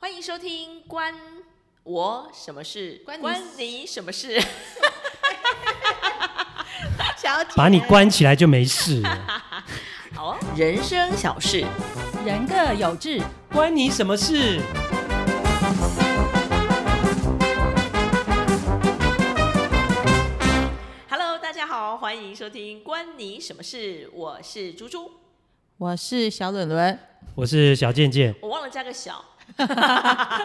欢迎收听关我什么事，关你你什么 事？小姐，把你关起来就没事了，啊好啊，人生小事。人各有志，关你什么事？ Hello，大家好，欢迎收听关你什么事，我是猪猪，我是小伦嗯伦，我是小健健，我忘了加个小，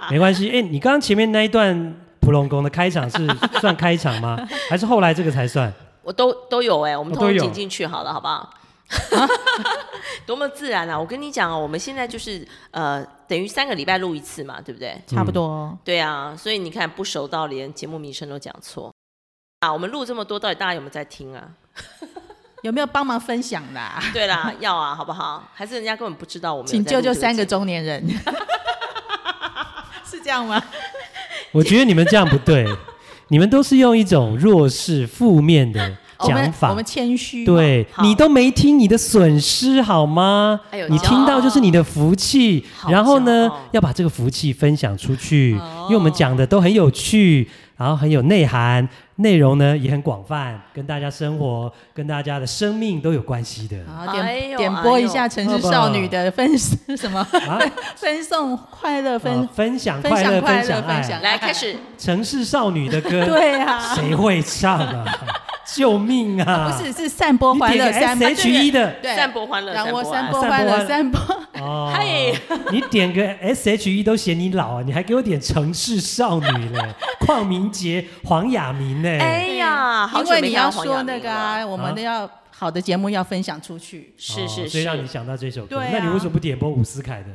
没关系。哎、你刚刚前面那一段普龙宫的开场是算开场吗？还是后来这个才算？我都都有哎、我们哦通通都有啊挤进去好了，好不好？ 多么自然啊！我跟你讲哦，我们现在就是呃，等于三个礼拜录一次嘛，对不对？差不多。对啊，所以你看不熟到连节目名称都讲错啊！我们录这么多，到底大家有没有在听啊？ 有没有帮忙分享啦、对啦，要啊，好不好？还是人家根本不知道我们。请救救三个，中年人， 是这样吗？我觉得你们这样不对，你们都是用一种弱势、负面的我们讲我法们。谦虚，，对好你都没听，你的损失好吗？哎呦你骄听到就是你的福气，好然后骄呢傲，要把这个福气分享出去，哦因为我们讲的都很有趣，然后很有内涵，内容呢也很广泛，跟大家生活、跟大家的生命都有关系的。好点、哎呦点播一下城市少女的分什么啊， 分送快乐分、呃分享分快享乐，快乐分享分享爱，啊来开始。城市少女的歌， 对啊，谁会唱啊？ 救命啊！不是是散播你欢乐，点个散播 S H E 的 对，散播啊欢乐，让我散爱播散播欢乐，欢散播哦嗨，你点个 S H E 都嫌你老啊，你还给我点城市少女 嘞，邝明杰、黄雅明嘞，哦哎呀，好因久为没你看要到黄说雅那明个了，啊，我们的要好的节目要分享出去。是哦是所以让你是，想到这首歌。对啊那你为什么不点播伍思凯的？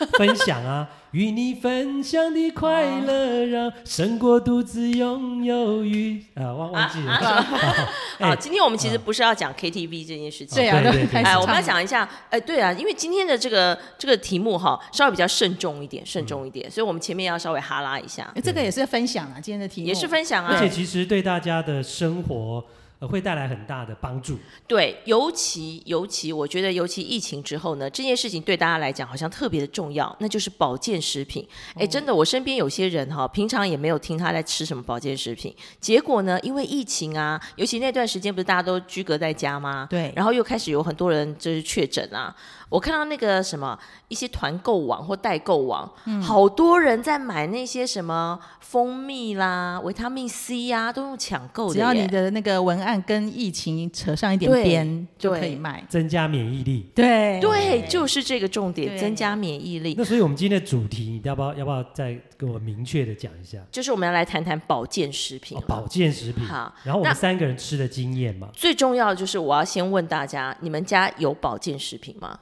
分享啊，与你分享的快乐，让胜过独自拥有与啊，忘忘记了。啊哦好，哎今天我们其实不是要讲 KTV 这件事情。对啊，对对都开对始哎，我们唱要了讲一下，哎，对啊，因为今天的这个这个题目哈，稍微比较慎重一点，慎嗯重一点，所以我们前面要稍微哈拉一下，欸这个也是分享啊，今天的题目也是分享而啊且，其实对大家的生活呃会带来很大的帮助。对，尤其尤其，我觉得尤其疫情之后呢，这件事情对大家来讲好像特别的重要，那就是保健食品。哦哎，真的，我身边有些人哈、平常也没有听他在吃什么保健食品，结果呢，因为疫情啊，尤其那段时间不是大家都居隔在家吗？对然后又开始有很多人就是确诊啊。我看到那个什么一些团购网或代购网，嗯好多人在买那些什么蜂蜜啦、维他命 C 呀、都用抢购的只耶。要你的那个文案跟疫情扯上一点对边，就对可以卖。增加免疫力。对对，就是这个重点，哎对增加免疫力。那所以我们今天的主题，你要不要要不要再跟我明确的讲一下？就是我们要来谈谈保健食品哦了、，保健食品。好然后我那们三个人吃的经验嘛，最重要的就是我要先问大家，你们家有保健食品吗？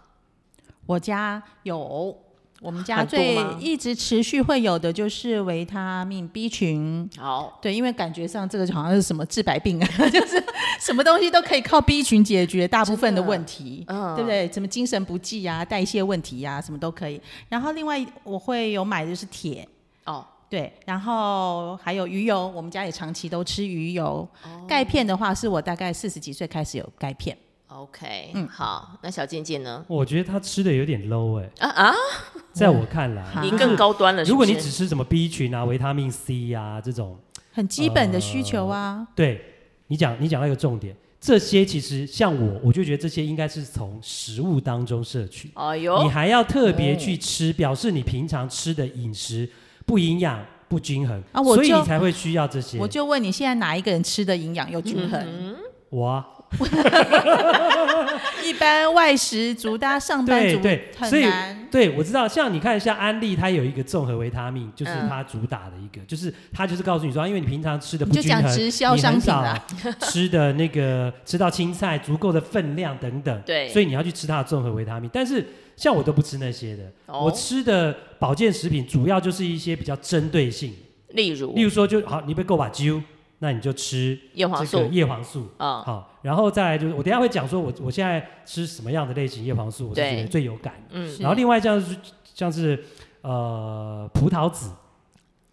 我家有，我们家很多最吗一直持续会有的就是维他命 B 群。好，对，因为感觉上这个好像是什么治百病啊， 就是什么东西都可以靠 B 群解决大部分的真的问题，嗯对不对？什么精神不济啊、代谢问题呀、什么都可以。然后另外我会有买的就是铁，哦，对，然后还有鱼油，我们家也长期都吃鱼油。哦钙片的话，是我大概四十几岁开始有钙片。 OK，嗯好，那小健健呢？我觉得他吃的有点 low 嗯哎、啊啊，在我看来，啊你就是更高端了是如不果是，你只吃什么 B 群啊、维他命 C 啊这种，很基本的需求呃啊。对你讲你讲到一个重点，这些其实像我，我就觉得这些应该是从食物当中摄取，哎你呦，还要特别去嗯吃，表示你平常吃的饮食不营养、不均衡，啊我所以就你才会需要这些。我就问你，现在哪一个人吃的营养又嗯均衡？我啊、 一般外食族，大家上班对族对，所很以难。对我知道，像你看，像安利，它有一个综合维他命，就是嗯它主打的一个，就是它就是告诉你说，啊因为你平常吃的不你就均衡，讲直销你商很品啊少啦 吃的那个吃到青菜足够的分量等等，对所以你要去吃它的综合维他命。但是像我都不吃那些的，我哦，吃的保健食品主要就是一些比较针对性，例如例如说就好，你被够把灸，那你就吃哦叶黄这个素叶黄素。啊，好，然后再来就是，我等一下会讲说我我现在吃什么样的类型叶黄素，我是觉对得最有感的。嗯，然后另外像是像是呃葡萄籽，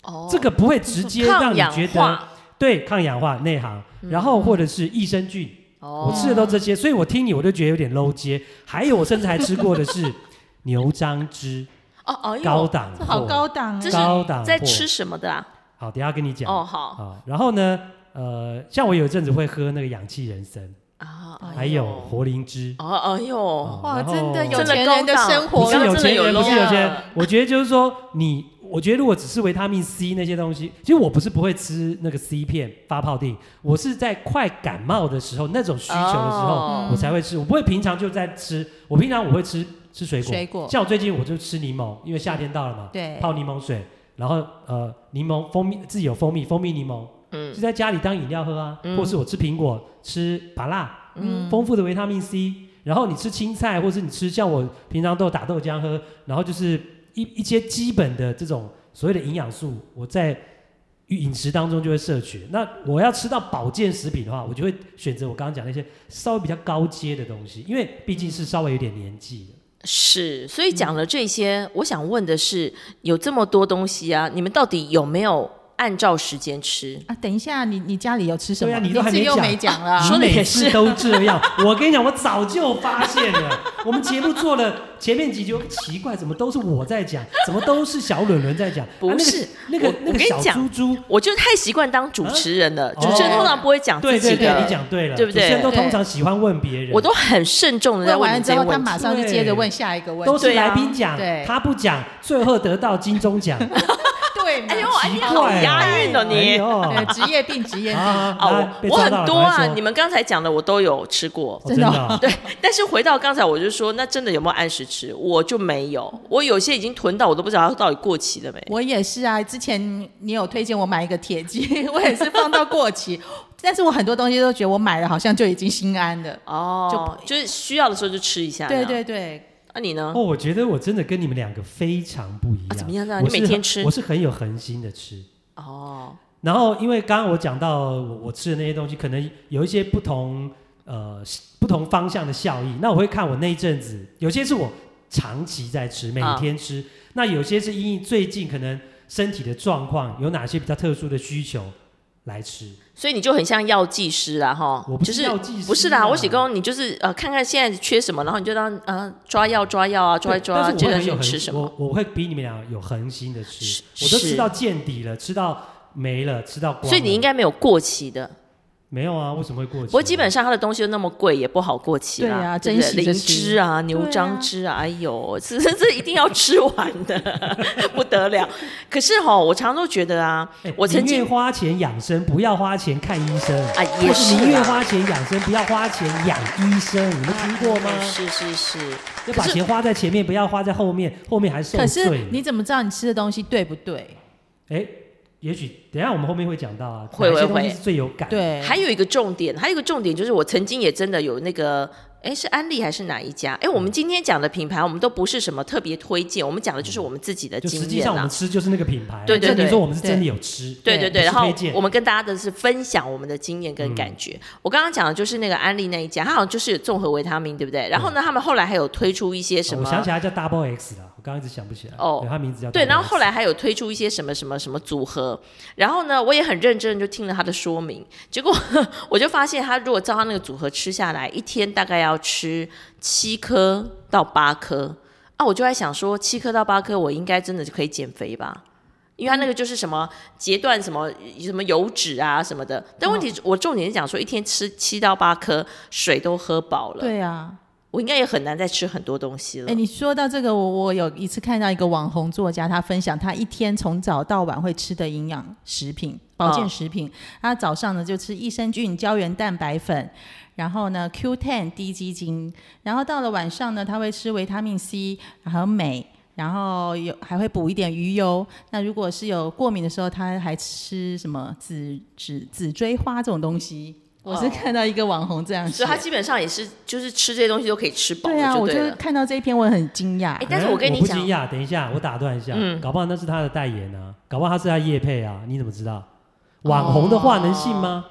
哦，这个不会直接让抗你氧觉得化，嗯对抗氧化内行，然后或者是益生菌，我哦，吃的都这些，所以我听你我就觉得有点 low 接。还有我甚至还吃过的是牛樟汁，哦哦，哎呦高档这货，好高档这哦，是高档货在吃什么的啊？好，等一下跟你讲。哦，好好，然后呢，呃，像我有一阵子会喝那个氧气人参，啊，哎还有活灵芝。哦，哎呦，哦哇，然后真的有真的钱高人的档生我不活是刚刚有真的钱有啊人，不漏是有钱人了，我觉得就是说你，我觉得如果只是维他命 C 那些东西，其实我不是不会吃那个 C 片发泡定，我是在快感冒的时候那种需求的时候，哦我才会吃，我不会平常就在吃，我平常我会吃吃水果，水果，像我最近我就吃柠檬，因为夏天到了嘛，对，泡柠檬水，然后呃柠檬蜂蜜自己有蜂蜜，蜂蜜柠檬嗯就在家里当饮料喝啊，嗯或是我吃苹果吃芭辣，嗯，丰富的维他命 C，然后你吃青菜，或是你吃像我平常都有打豆浆喝，然后就是一一些基本的这种所谓的营养素，我在饮食当中就会摄取。那我要吃到保健食品的话，我就会选择我刚刚讲那些稍微比较高阶的东西，因为毕竟是稍微有点年纪的。是，所以讲了这些，我想问的是，有这么多东西啊，你们到底有没有按照时间吃？啊，等一下，你你家里有吃什对么？啊你都还自己没又讲没讲了啊，说得你也每次是都这样，我跟你讲，我早就发现了。我们节目做了前面几集，我奇怪，怎么都是我在讲，怎么都是小伦伦在讲？啊不是那个我那我个跟那个你小讲猪猪，我就太习惯当主持人了，主持人哦通常不会讲啊对自对己对，你的，讲对了，对不对主持人都对通常喜欢问别人，我都很慎重的在问问完你之这些后，他问题。马上就接着问下一个问都题，是对啊来宾讲对，他不讲，最后得到金钟奖，对嘛，哎呦， 哎奇呀，好怪啊，押韵哦哎你！呦对，职业病，职业病，啊，哦来，被我抓很到了多赶快啊，说你们刚才讲的我都有吃过哦，真真的的哦哦，对，但是回到刚才，我就说，那真的有没有按时吃？我就没有，我有些已经囤到我都不知道它到底过期了没。我也是啊，之前你有推荐我买一个铁鸡， 我也是放到过期，但是我很多东西都觉得我买了好像就已经心安了。哦，就是需要的时候就吃一下。对这样，对对，那你呢哦，？我觉得我真的跟你们两个非常不一啊样，怎么样啊我你每是天很吃我是很有恒心的吃。哦，然后，因为刚刚我讲到我我吃的那些东西，可能有一些不同呃不同方向的效益。那我会看我那一阵子，有些是我长期在吃，每啊天吃；那有些是因为最近可能身体的状况有哪些比较特殊的需求来吃。所以你就很像药剂师啦，哈我，不就是是药剂师啊不是啦，我只供你就是呃，看看现在缺什么，然后你就当呃抓药抓药啊，抓一抓啊，对但是这段我会很时间有恒吃心，什么？我我会比你们俩有恒心的吃是，我都吃是到见底了，吃到没了，吃到光了。所以你应该没有过期的，没有啊？为什么会过期？不过基本上它的东西都那么贵，也不好过期啦。对啊对不对珍惜着灵吃芝啊、牛樟芝啊，哎呦，这这这一定要吃完的， 不得了。可是哈，我常常都觉得啊哎，我曾宁经愿花钱养生，不要花钱看医生。啊也或是是宁愿啦花钱养生，不要花钱养医生。你们听过吗？哦是是是，要可把是钱花在前面，不要花在后面，后面还受可罪是。你怎么知道你吃的东西对不对？哎，也许等一下我们后面会讲到啊，会哪些会东西会是最有感。，对，还有一个重点，还有一个重点就是，我曾经也真的有那个，哎，是安利还是哪一家？嗯哎，我们今天讲的品牌，我们都不是什么特别推荐，我们讲的就是我们自己的就实经际验啊上我啦们。吃就是那个品牌啊，对对证明对说我们是对真的有吃。对对不对，是然后推荐嗯我们跟大家的是分享我们的经验跟感觉。我刚刚讲的就是那个安利那一家，它好像就是有综合维他命，对不对？然后呢，他们后来还有推出一些什嗯哦么啊我想起来叫 Double X 了，我刚刚一直想不起来。哦对它名字叫 Double X。对，然后后来还有推出一些什么什么什么组合，然后呢，我也很认真地就听了他的说明，结果 我就发现他如果照他那个组合吃下来，一天大概要吃七颗到八颗啊，我就在想说，七颗到八颗，我应该真的就可以减肥吧？因为他那个就是什么截断什么什么油脂啊什么的，但问题嗯是我重点是讲说一天吃七到八颗，水都喝饱了，对啊，我应该也很难再吃很多东西了哎，。你说到这个，我我有一次看到一个网红作家，他分享他一天从早到晚会吃的营养食品、保嗯健食品。他早上呢就吃益生菌、胶原蛋白粉，然后呢 Q10 低基精，然后到了晚上呢，他会吃维他命 C，还有镁。然后有还会补一点鱼油，那如果是有过敏的时候，他还吃什么紫紫紫锥花这种东西。我是哦看到一个网红这样所写以，他基本上也是，就是吃这些东西都可以吃饱了嗯对啊，就我对了。就看到这一篇我很惊讶哎。但是我跟你不讲惊讶。等一下，我打断一下，嗯搞不好那是他的代言啊，搞不好他是他叶配啊，你怎么知哦道？网红的话能信吗？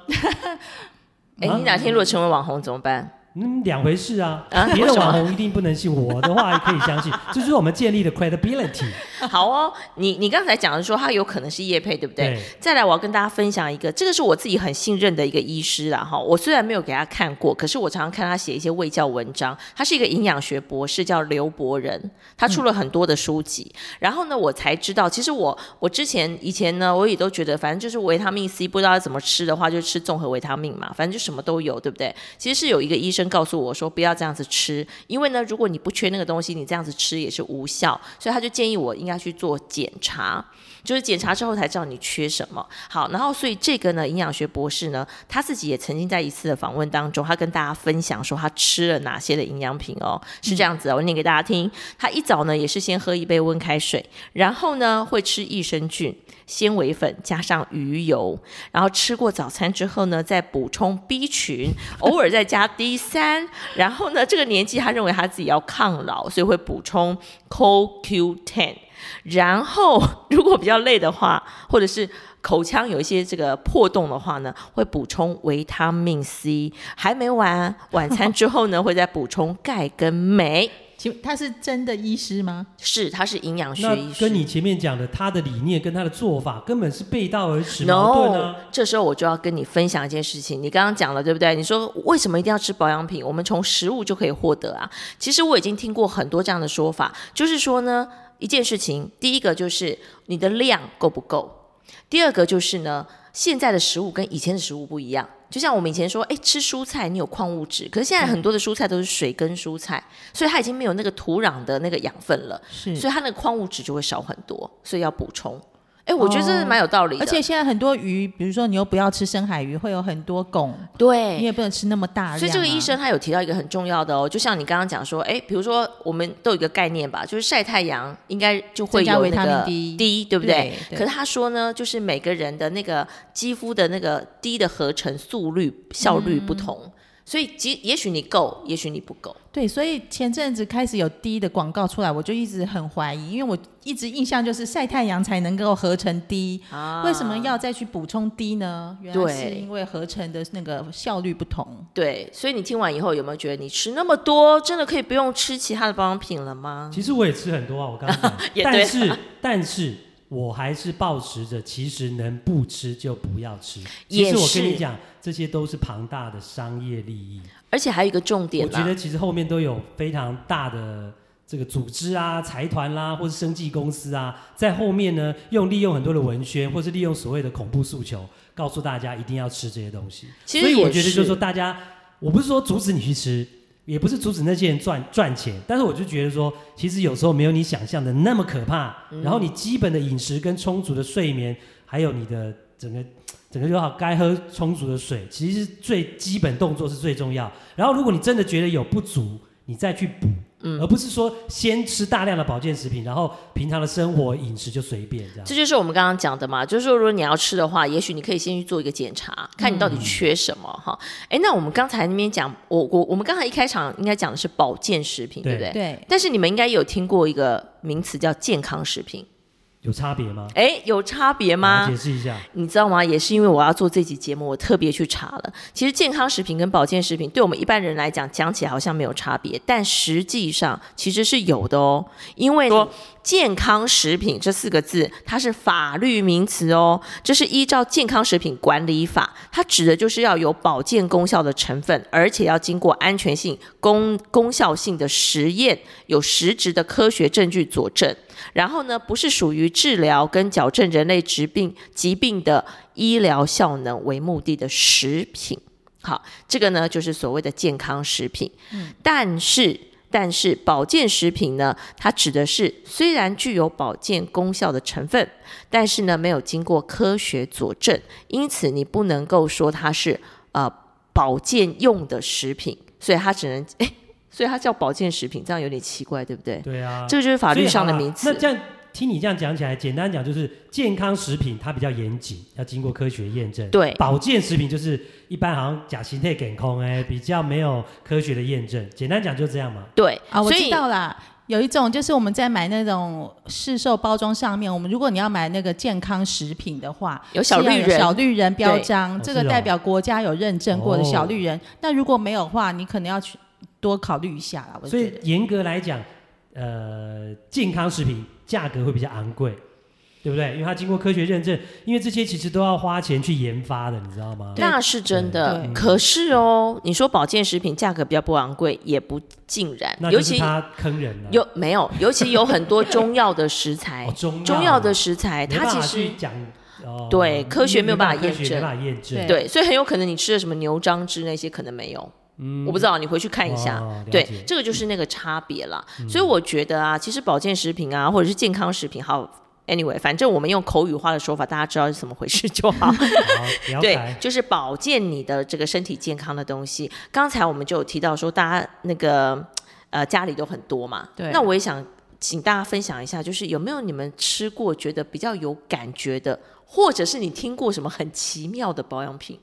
哎、啊你哪天如果成为网红怎么办？嗯，两回事啊啊。别为的什么网红一定不能信，我的话也可以 相信，这就是我们建立的 credibility。好哦，你你刚才讲的说它有可能是叶配，对不对？对再来，我要跟大家分享一个，这个是我自己很信任的一个医师啦，哈。我虽然没有给他看过，可是我常常看他写一些卫教文章。他是一个营养学博士，叫刘伯仁，他出了很多的书籍。然后呢，我才知道，其实我我之前以前呢，我也都觉得，反正就是维他命 C 不知道要怎么吃的话，就吃综合维他命嘛，反正就什么都有，对不对？其实是有一个医生告诉我说，不要这样子吃，因为呢，如果你不缺那个东西，你这样子吃也是无效，所以他就建议我应该去做检查。就是检查之后才知道你缺什么。好，然后所以这个呢，营养学博士呢，他自己也曾经在一次的访问当中，他跟大家分享说他吃了哪些的营养品哦，是这样子、哦，我念给大家听。他一早呢也是先喝一杯温开水，然后呢会吃益生菌、纤维粉加上鱼油，然后吃过早餐之后呢再补充 B 群，偶尔再加 D 三，然后呢这个年纪他认为他自己要抗老，所以会补充 CoQ10。然后， 如果比较累的话，或者是口腔有一些这个破洞的话呢，会补充维他命 C。还没完，晚餐之后呢，会再补充钙跟镁。请他是真的医师吗？是，它是营养学那医师。跟你前面讲的他的理念跟他的做法根本是背道而驰 no，矛盾啊。这时候我就要跟你分享一件事情。你刚刚讲了，对不对？你说为什么一定要吃保养品？我们从食物就可以获得啊。其实我已经听过很多这样的说法，就是说呢，一件事情，第一个就是你的量够不够，第二个就是呢，现在的食物跟以前的食物不一样。就像我们以前说，哎，吃蔬菜你有矿物质，可是现嗯在很多的蔬菜都是水根蔬菜，所以它已经没有那个土壤的那个养分了，嗯是所以它那个矿物质就会少很多，所以要补充。哎，我觉得哦这是蛮有道理的，而且现在很多鱼，比如说你又不要吃深海鱼，会有很多汞，你对，也不能吃那么大量、啊所以啊这个医，生他有提到一个很重要的哦，就像你刚刚讲说，哎，比如说我们都有一个概念吧，就是晒太阳应该就会增加有维那他命个 D D，对不对？对对可是他说呢，就是每个人的那个肌肤的那个 D 的合成速率效率不同，嗯所以即也许你够，也许你不够。对，所以前阵子开始有低的广告出来，我就一直很怀疑，因为我一直印象就是晒太阳才能够合成 D，、啊为什么要再去补充 D 呢？原来是对因为合成的那个效率不同。对，所以你听完以后有没有觉得你吃那么多，真的可以不用吃其他的保养品了吗？其实我也吃很多啊，我刚刚讲嗯 也，对但是但是我还是保持着，其实能不吃就不要吃。其也实我跟是你讲，这些都是庞大的商业利益。而且还有一个重我点觉啦，得其实后面都有非常大的这个组织啊、财团啦、或是生技公司啊，在后面呢，用利用很多的文宣，或是利用所谓的恐怖诉求，告诉大家一定要吃这些东西。其所实以我也觉得就是是说，大家，我不是说阻止你去吃，也不是阻止那些人赚赚钱，但是我就觉得说，其实有时候没有你想象的那么可怕。嗯然后你基本的饮食跟充足的睡眠，还有你的整个整个就好，该喝充足的水，其实最基本动作是最重要。然后如果你真的觉得有不足，你再去补。嗯而不是说先吃大量的保健食品，然后平常的生活饮食就随便这样这。就是我们刚刚讲的嘛，就是说，如果你要吃的话，也许你可以先去做一个检查，看你到底缺什么哈。哎、那我们刚才那边讲，我我我们刚才一开场应该讲的是保健食品，对对不对？对，但是你们应该有听过一个名词叫健康食品，有差别吗？哎，有差别来吗解？释一下。你知道吗？也是因为我要做这期节目，我特别去查了。其实健康食品跟保健食品对我们一般人来讲，讲起来好像没有差别，但实际上其实是有的哦。因为说健康食品这四个字，它是法律名词哦，这是依照健康食品管理法，它指的就是要有保健功效的成分，而且要经过安全性、功功效性的实验，有实质的科学证据佐证。然后呢，不是属于治疗跟矫正人类疾病疾病的医疗效能为目的的食品。好，这个呢就是所谓的健康食品。嗯但是。但是保健食品呢，它指的是虽然具有保健功效的成分，但是呢没有经过科学佐证，因此你不能够说它是呃保健用的食品，所以它只能 哎，所以它叫保健食品，这样有点奇怪，对不对？对啊，这个就是法律上的所以好啦名词那。这样听你这样讲起来，简单讲就是健康食品它比较严谨，要经过科学验证。对保健食品就是一般好像假形态给空哎，比较没有科学的验证。简单讲就这样嘛。对啊，我所知以道啦。有一种就是我们在买那种市售包装上面，我们如果你要买那个健康食品的话，有小绿是要有人小绿人标章，对这哦个是哦代表国家有认证过的哦小绿人。那如果没有的话，你可能要去多考虑一下啦。我所觉以得严格来讲，呃，健康食品价格会比较昂贵，对不对？因为它经过科学认证，因为这些其实都要花钱去研发的，你知道吗？对那是真的对。可是哦，你说保健食品价格比较不昂贵，也不尽然那，尤就是其它坑人了。有没有，尤其有很多中药的食材哦，中中药药的食材，没它办其法实去讲，哦对科学没有办法科验学证没办法验对证。对，所以很有可能你吃的什么牛樟芝那些可能没有，嗯我不知道，你回去看一下。哦了对解，嗯这个就是那个差别啦。所以我觉得啊，其实保健食品啊，或者是健康食品，好，anyway，反正我们用口语化的说法，大家知道是怎么回事就好。好了对解，，就是保健你的这个身体健康的东西。刚才我们就有提到说，大家那个呃家里都很多嘛，对那我也想请大家分享一下，就是有没有你们吃过觉得比较有感觉的，或者是你听过什么很奇妙的保养品？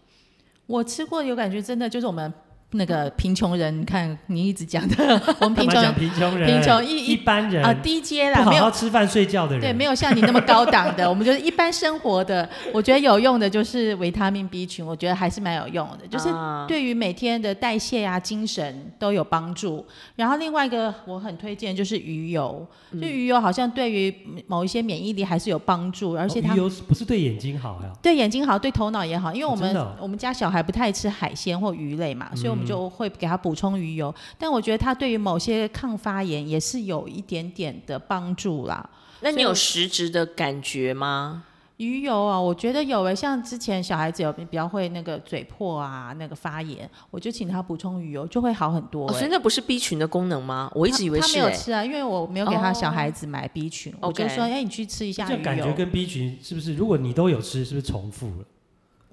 我吃过有感觉，真的就是我们那个贫穷人，你看你一直讲 的，我们干贫穷嘛讲人贫穷人，贫穷一一一般人啊低阶啦，不没好有好吃饭睡觉的人，对，没有像你那么高档的，我们就是一般生活的。我觉得有用的就是维他命 B 群，我觉得还是蛮有用的，就是啊对于每天的代谢啊、精神都有帮助。然后另外一个我很推荐就是鱼油，嗯就鱼油好像对于某一些免疫力还是有帮助，而且哦它鱼油是不是对眼睛好呀？对眼睛好，对头脑也好，因为哦我们、真的哦嗯我们家小孩不太吃海鲜或鱼类嘛，所以我们就会给他补充鱼油。但我觉得它对于某些抗发炎也是有一点点的帮助啦。那你所以有我实质的感觉吗？鱼油啊，我觉得有诶、像之前小孩子有比较会那个嘴破啊，那个发炎，我就请他补充鱼油，就会好很多、哦，所诶。以那不是 B 群的功能吗？我一直以为他他是、没有欸。哦吃啊，因为我没有给他小孩子买 B 群，我就 OK 说，哎、你去吃一下哦这鱼感觉油。跟 B 群是不是？如果你都有吃，是不是重复了？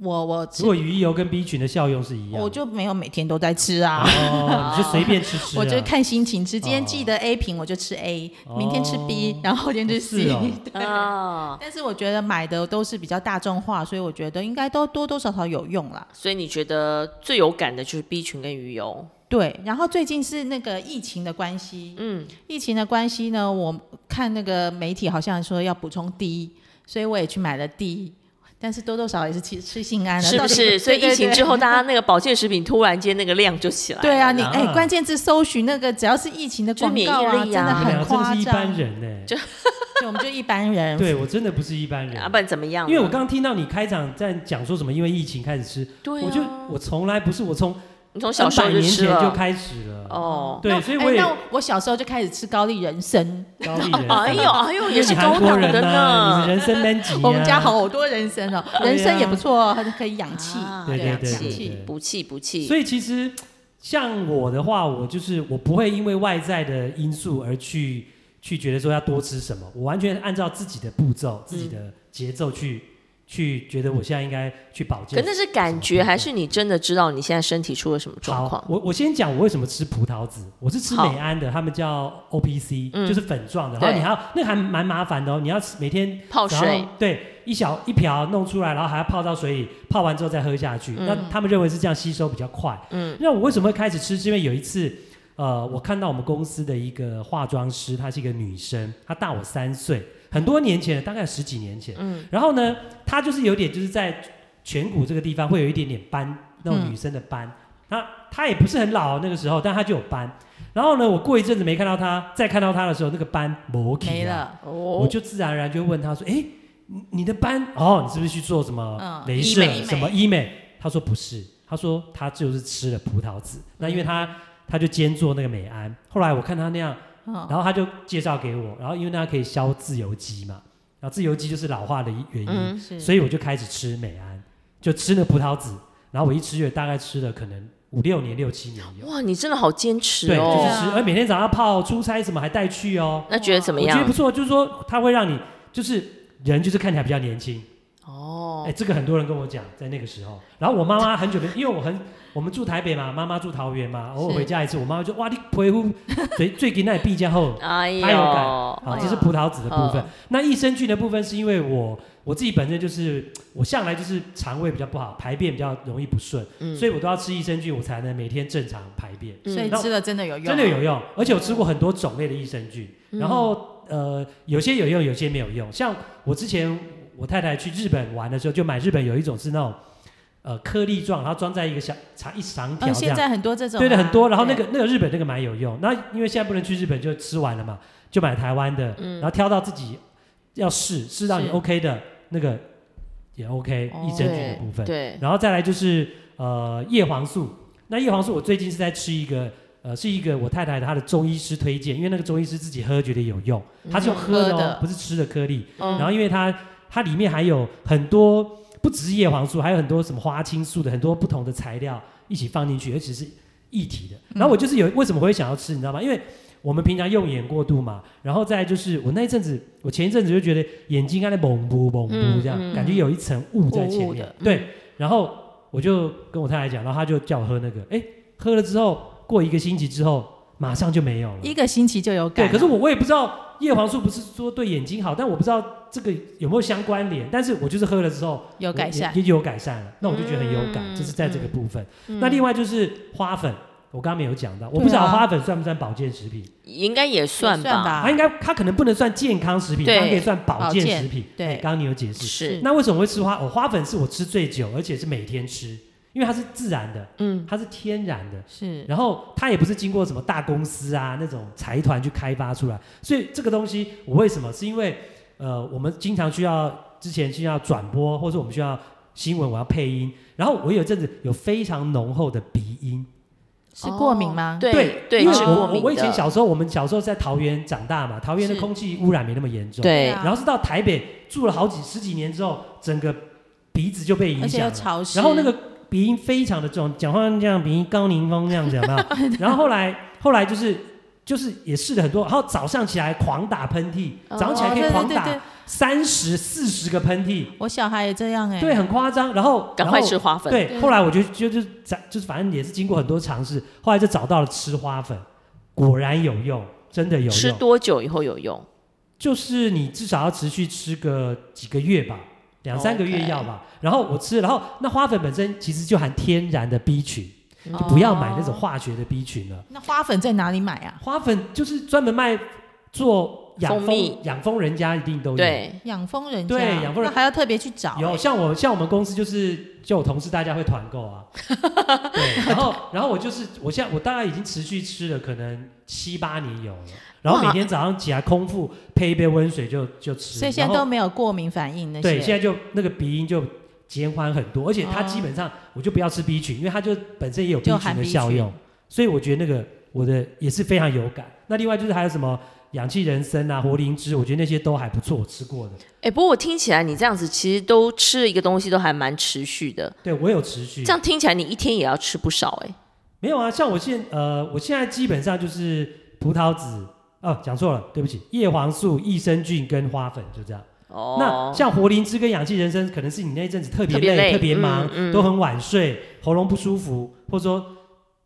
我我吃如，果鱼油跟 B 群的效用是一样的，我就没有每天都在吃啊，哦，你就随便吃吃啊。 我就看心情吃。今天记得 A 瓶，我就吃 A，、哦明天吃 B，然后后天吃 C。 是哦对啊、但是我觉得买的都是比较大众化，所以我觉得应该都多多少少有用啦。所以你觉得最有感的就是 B 群跟鱼油，对，然后最近是那个疫情的关系，嗯，疫情的关系呢，我看那个媒体好像说要补充 D，所以我也去买了 D，但是多多少少也是吃吃心安了，是不到底 是？所以对疫对情对之后，大家那个保健食品突然间那个量就起来了对啊，你呢哎、啊关键字搜寻那个只要是疫情的就是广免疫告啊，力真的啊你很们哎俩真的夸是一般张，人呢、对，我们就一般人，哎对我真的不是一般人，啊，不然怎么样呢？因为我刚刚听到你开场在讲说什么，因为疫情开始吃，对、啊，我就我从来不是，我从你从小三时候百就年吃前了就开始了。哦。对那所以哎我也那我哦小时候就开始吃高丽人参，高 丽人，哎呦，哎呦，也是你韩高国档人的呐，你呢。人生 man 级、啊，我们家好多人参哦，对啊人参也不错哦，它可以养气，啊对对对养养气气对不气不气，所以其实像我的话，我就是我不会因为外在的因素而去去觉得说要多吃什么，我完全按照自己的步骤、自己的节奏去、嗯去觉得我现在应该去保可健。那是感觉，还是你真的知道你现在身体出了什么状好况，？我我先讲我为什么吃葡萄籽，我是吃好美安的，他们叫 O P C，、嗯就是粉状的，然后对你还要那个还蛮麻烦的哦，你要每天泡然后水，对，一小一瓢弄出来，然后还要泡到水里，泡完之后再喝下去。嗯那他们认为是这样吸收比较快。嗯，那我为什么会开始吃？是因为有一次，呃，我看到我们公司的一个化妆师，她是一个女生，她大我三岁，很多年前了，大概十几年前。嗯，然后呢，她就是有点就是在颧骨这个地方会有一点点斑，那种嗯女生的斑。她她也不是很老那个时候，但她就有斑。然后呢，我过一阵子没看到她，再看到她的时候，那个斑没起没来了，哦啊我，就自然而然就问他说：“哎、你你的班哦，你是不是去做什么嗯镭医射、美什么医美？”他说不是，他说他就是吃了葡萄籽。那因为他他就兼做那个美安，后来我看他那样，嗯，然后他就介绍给我，然后因为那可以消自由基嘛，然后自由基就是老化的原因，嗯，是所以我就开始吃美安，就吃那葡萄籽。然后我一吃就大概吃了可能五六年、六七年有，哇，你真的好坚持对，就对是哦。啊吃，而每天早上泡出差什么还带去哦，那觉得怎么我觉得样不？错，就是说它会让你就是人就是看起来比较年轻，哦，哎、哦，这个很多人跟我讲，在那个时候，然后我妈妈很久没，因为我很我们住台北嘛，妈妈住桃园嘛，偶尔是回家一次，我妈妈就哇，你皮肤 最最近那毕加后，哎呦，它有感好，哎这是呀葡萄籽的部分。嗯那益生菌的部分是因为我我自己本身就是我向来就是肠胃比较不好，排便比较容易不顺，嗯所以我都要吃益生菌，我才能每天正常排便。嗯所以那吃了真的有用，啊真的有用，而且我吃过很多种类的益生菌，嗯然后呃，有些有用，有些没有用。像我之前我太太去日本玩的时候，就买日本有一种是那种呃颗粒状，然后装在一个小长一长嗯，条这现样，在很多这种啊，对的很多。然后那对个那个日本那个蛮有用，那因为现在不能去日本，就吃完了嘛，就买台湾的，然后挑到自己要试试到你嗯是 OK 的那个也 OK 哦益生菌的部分。对，然后再来就是呃叶黄素。那叶黄素我最近是在吃一个呃是一个我太太她的中医师推荐，因为那个中医师自己喝觉得有用，他是用喝的,、喝哦的不是吃的颗粒。嗯然后因为它它里面还有很多不只是叶黄素，还有很多什么花青素的很多不同的材料一起放进去，而且是一体的。嗯然后我就是有为什么会想要吃，你知道吗？因为我们平常用眼过度嘛，然后再来就是我那一阵子，我前一阵子就觉得眼睛刚才蒙布蒙布嗯这样，嗯感觉有一层雾在前雾雾面的。嗯对，然后我就跟我太太讲，然后她就叫我喝那个，哎，喝了之后过一个星期之后，马上就没有了。一个星期就有对，感了，可是我我也不知道叶黄素不是说对眼睛好，但我不知道这个有没有相关联。但是我就是喝了之后有改善我，也也有改善了，那我就觉得很有感，嗯这是在这个部分。嗯那另外就是花粉，我刚刚没有讲到，我不知道对啊花粉算不算保健食品，应该也算也算吧哎它应该它可能不能算健康食品，对它可以算保保健健食品。对哎刚刚你有解释。是，那为什么会吃花？我、花粉是我吃最久，而且是每天吃，因为它是自然的，嗯它是天然的。是然后它也不是经过什么大公司啊那种财团去开发出来，所以这个东西我为什么是因为呃我们经常需要之前需要转播，或者我们需要新闻我要配音，然后我有阵子有非常浓厚的鼻音，是哦过敏吗？对对因为是我过我敏我以前的小时候我们小时候在桃园长大嘛，桃园的是空气污染没那么严重，，对啊然后是到台北住了好几十几年之后，整个鼻子就被影而且响又了。潮湿，然后那个鼻音非常的重，讲话这样鼻音高凌风这样子，有没 有？然后后来后来就是就是也试了很多，然后早上起来狂打喷嚏，哦早上起来可以对狂对对打对，三十四十个喷嚏，我小孩也这样哎，对，很夸张。然后赶快。然后吃花粉，对，对后来我就就就在就是反正也是经过很多尝试，后来就找到了吃花粉，果然有用，真的有吃用。多久以后有用？就是你至少要持续吃个几个月吧，两三个月 OK 要吧。然后我吃，然后那花粉本身其实就含天然的 B 群，哦，不要买那种化学的 B 群了。那花粉在哪里买啊？花粉就是专门卖做养蜂蜜蜂，养蜂人家一定都有。，对，养蜂人家，对养蜂人那还要特别去找、哎有像我像我们公司就是就有同事大家会团 购啊，对，然后然后我就是我现在我大概已经持续吃了可能七八年有了，然后每哇天早上起来空腹配一杯温水就就吃，所以现然在都后没有过敏反应那些。哦对，现在就那个鼻音就减缓很多，而且它基本上我就不要吃 B 群，因为它就本身也有 B 就群含的 B 效用群，所以我觉得那个我的也是非常有感。那另外就是还有什么氧气人参啊、活灵芝，我觉得那些都还不错，我吃过的，哎，不过我听起来你这样子其实都吃了一个东西都还蛮持续的，对我有持续这。样听起来你一天也要吃不少哎，没有啊，像我现呃，我现在基本上就是葡萄籽。哦，讲错了，对不起，叶黄素、益生菌跟花粉就这样。哦，那像活灵芝跟氧气人参，可能是你那一阵子特别特别累、累特别忙，嗯嗯都很晚睡，喉咙不舒服，或者说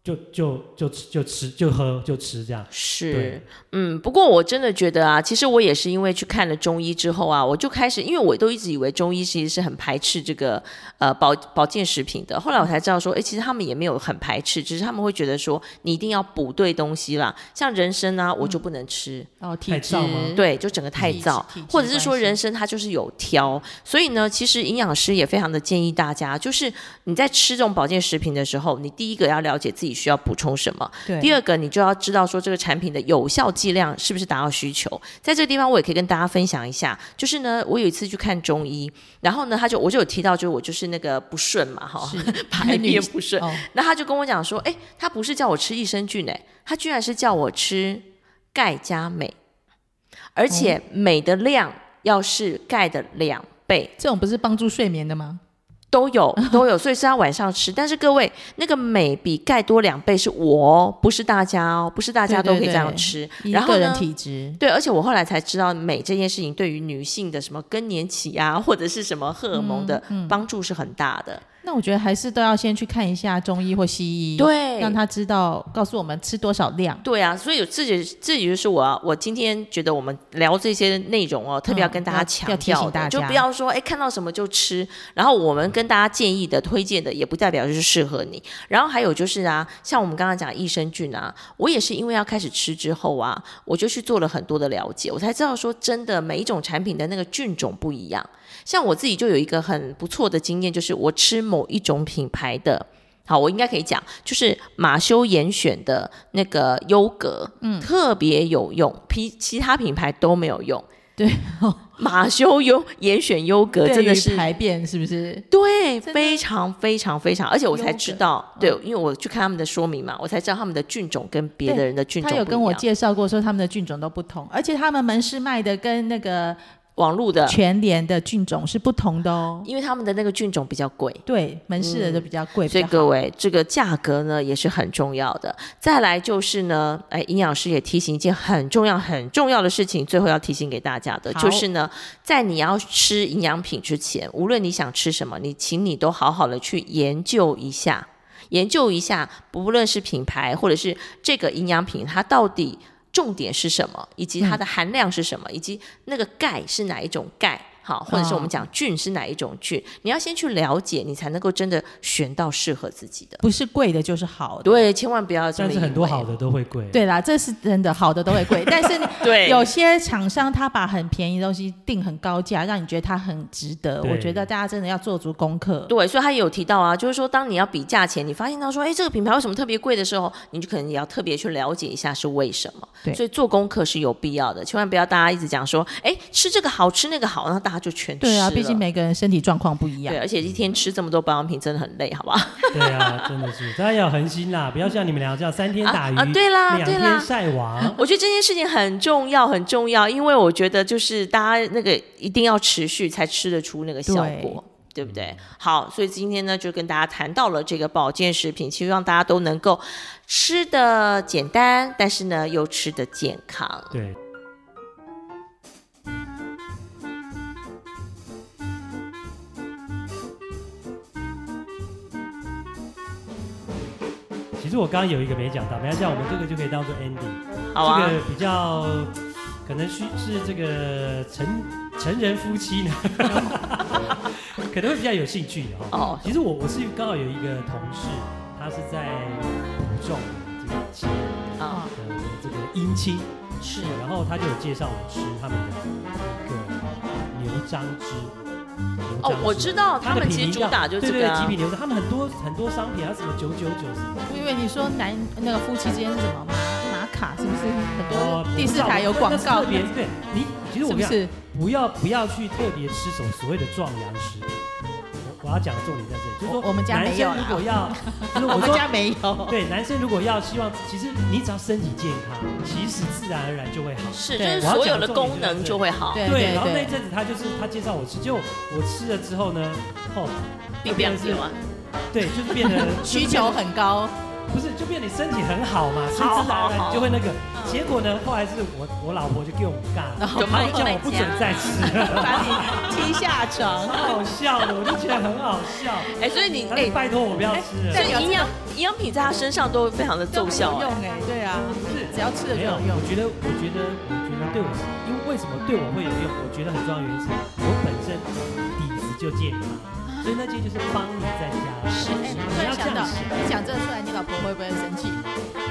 就就就吃就吃就喝就吃这样。是对，嗯，不过我真的觉得啊，其实我也是因为去看了中医之后啊，我就开始，因为我都一直以为中医其实是很排斥这个呃保保健食品的，后来我才知道说，哎，其实他们也没有很排斥，只是他们会觉得说你一定要补对东西啦，像人参啊，嗯我就不能吃，哦，体质太燥吗对，就整个太体燥体质，或者是说关系人参它就是有挑，所以呢，其实营养师也非常的建议大家，就是你在吃这种保健食品的时候，你第一个要了解自己需要补充什么。对第二个，你就要知道说这个产品的有效剂量是不是达到需求。在这个地方，我也可以跟大家分享一下，就是呢，我有一次去看中医，然后呢，他就我就有提到，就是我就是那个不顺嘛，哈，是 排便不顺。哦，那他就跟我讲说，哎，他不是叫我吃益生菌，哎，他居然是叫我吃钙加镁，而哦且镁的量要是钙的两倍。这种不是帮助睡眠的吗？都 有都有，所以是要晚上吃。但是各位，那个镁比钙多两倍是我哦，不是大家哦，不是大家对都可对以这样对吃。一然后个人呢体质，对，而且我后来才知道，美这件事情对于女性的什么更年期啊，或者是什么荷尔嗯蒙的帮助是很大的。那我觉得还是都要先去看一下中医或西医，，对，让他知道告诉我们吃多少量。对啊，所以自己自己就是我啊，我今天觉得我们聊这些内容哦，特别要跟大家嗯要强要提调醒的大就家不要说哎看到什么就吃，然后我们跟大家建议的、推荐的也不代表就是适合你。然后还有就是啊，像我们刚刚讲益生菌啊，我也是因为要开始吃之后啊，我就去做了很多的了解，我才知道说真的每一种产品的那个菌种不一样。像我自己就有一个很不错的经验，就是我吃某一种品牌的。好，我应该可以讲，就是马修严选的那个优格，嗯，特别有用，其其他品牌都没有用。 对，哦马修优严选优格真的对是于排便是不是？对，真的非常非常非常，而且我才优知格嗯道，对，因为我去看他们的说明嘛，我才知道他们的菌种跟别的对人的菌种他不一有样。跟我介绍过，说他们的菌种都不同，而且他们门市卖的跟那个网路的，全联的菌种是不同的哦。因为他们的那个菌种比较贵，对，门市的就比较贵，嗯所比以较好。各位，这个价格呢也是很重要的。再来就是呢，哎，营养师也提醒一件很重要、很重要的事情，最后要提醒给大家的好就是呢，在你要吃营养品之前，无论你想吃什么，你请你都好好的去研究一下，研究一下，不论是品牌或者是这个营养品，它到底重点是什么，以及它嗯的含量是什么，以及那个钙是哪一种钙。好，或者是我们哦讲菌是哪一种菌，你要先去了解，你才能够真的选到适合自己的。不是贵的就是好的。对，千万不要这么以为。但是很多好的都会贵。对啦，这是真的，好的都 会贵，但是对有些厂商他把很便宜的东西定很高价，让你觉得它很值得。对我觉得大家真的要做足功课。对，所以他也有提到啊，就是说，当你要比价钱，你发现到说，哎，这个品牌为什么特别贵的时候，你就可能也要特别去了解一下是为什么。对所以做功课是有必要的，千万不要大家一直讲说，哎，吃这个好吃那个好，然后大家就全吃对啊，了毕竟每个人身体状况不一样对，。而且一天吃这么多保养品真的很累，好 不好？对啊，真的是，大家要有恒心啦，不要像你们俩这样三天打鱼，啊啊对啦两对啦天晒网。我觉得这件事情很重要，很重要，因为我觉得就是大家那个一定要持续才吃得出那个效果对。对不对？好，所以今天呢，就跟大家谈到了这个保健食品，希望大家都能够吃的简单，但是呢又吃的健康。对，其实我刚刚有一个没讲到，没关系，我们这个就可以当做 ending。好啊这，个比较可能需是这个成成人夫妻呢， 可能会比较有兴趣的哈、哦其实我我是刚好有一个同事，他是在补种这个鸡啊，啊，的这个姻亲，是然后他就有介绍我吃他们的一个牛樟汁。牛樟哦汁，我知道它他的们品其实名主叫打就对这对个对，啊极品牛樟，他们很多很多商品，啊还有什么九九九什么的。我以为你说男那个夫妻之间是什么马马卡，是不是很哦多第四台有广告我不知道那是特别对你，其实是我不跟你讲。是？不要不要去特别吃什么所谓的壮阳食品。我我要讲的重点在这里，就是说我我们家男没有生啦如 果要，就是我我们说家没有。对男生如果要希望，其实你只要身体健康，其实自然而然就会好。是，就对是我要所有讲的重点功就是能这就个会好， 对对，然后那一对阵子他就是他介绍我吃，结果我吃了之后呢，哦，并不是吗？对，就 是变得需求很高，不是，就变你身体很好嘛，所以好自然而好然好嗯你就会那个。结果呢，后来是我我老婆就给我们尬了，就把你她就叫我不准再吃，把你踢下 床。 很好笑的，我就觉得很好 笑。哎，所以你他哎就，拜托我不要吃了。所以营养营养品在他身上都非常的奏效都很哎。有用哎，对啊，是只要吃了就没有有，用我。觉得，我觉得，我觉得对我是，因为为什么对我会有用？我觉得很重要的原因是我本身底子就健康，所以那些就是帮你在加。是，哎，你突然要这想样到，想，你讲这出来，你老婆会不会生气？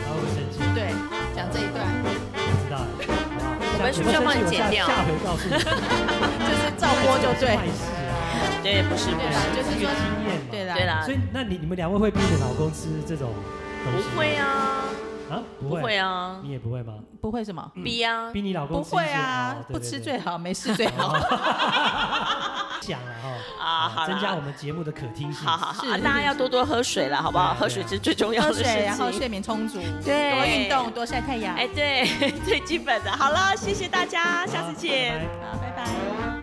然后会生气，对，讲这一段不知道了，好不好？我们是不是要帮你剪掉下回告诉你，就是照播就对坏，事啊，对，哎不是不对是啦，，就是说这个，经验嘛。对啦，对啦所，以，那你你们两位会逼着老公吃这种东西？不会啊，啊，不不会，会啊，你也不会吗？不会什么，逼啊，逼你老公不吃一些会啊哦，对不对吃对最好，没事最 好。 讲哦了哈啊好啦增加我们节目的可听性。好好好，是啊是大家要多多喝水了，好不好？对啊喝水是最重要喝的 事水，然后情。睡眠充足，对哎多运动，多晒太阳。 哎，对，最基本的。好了，谢谢大家，下次见。好拜拜好，拜拜。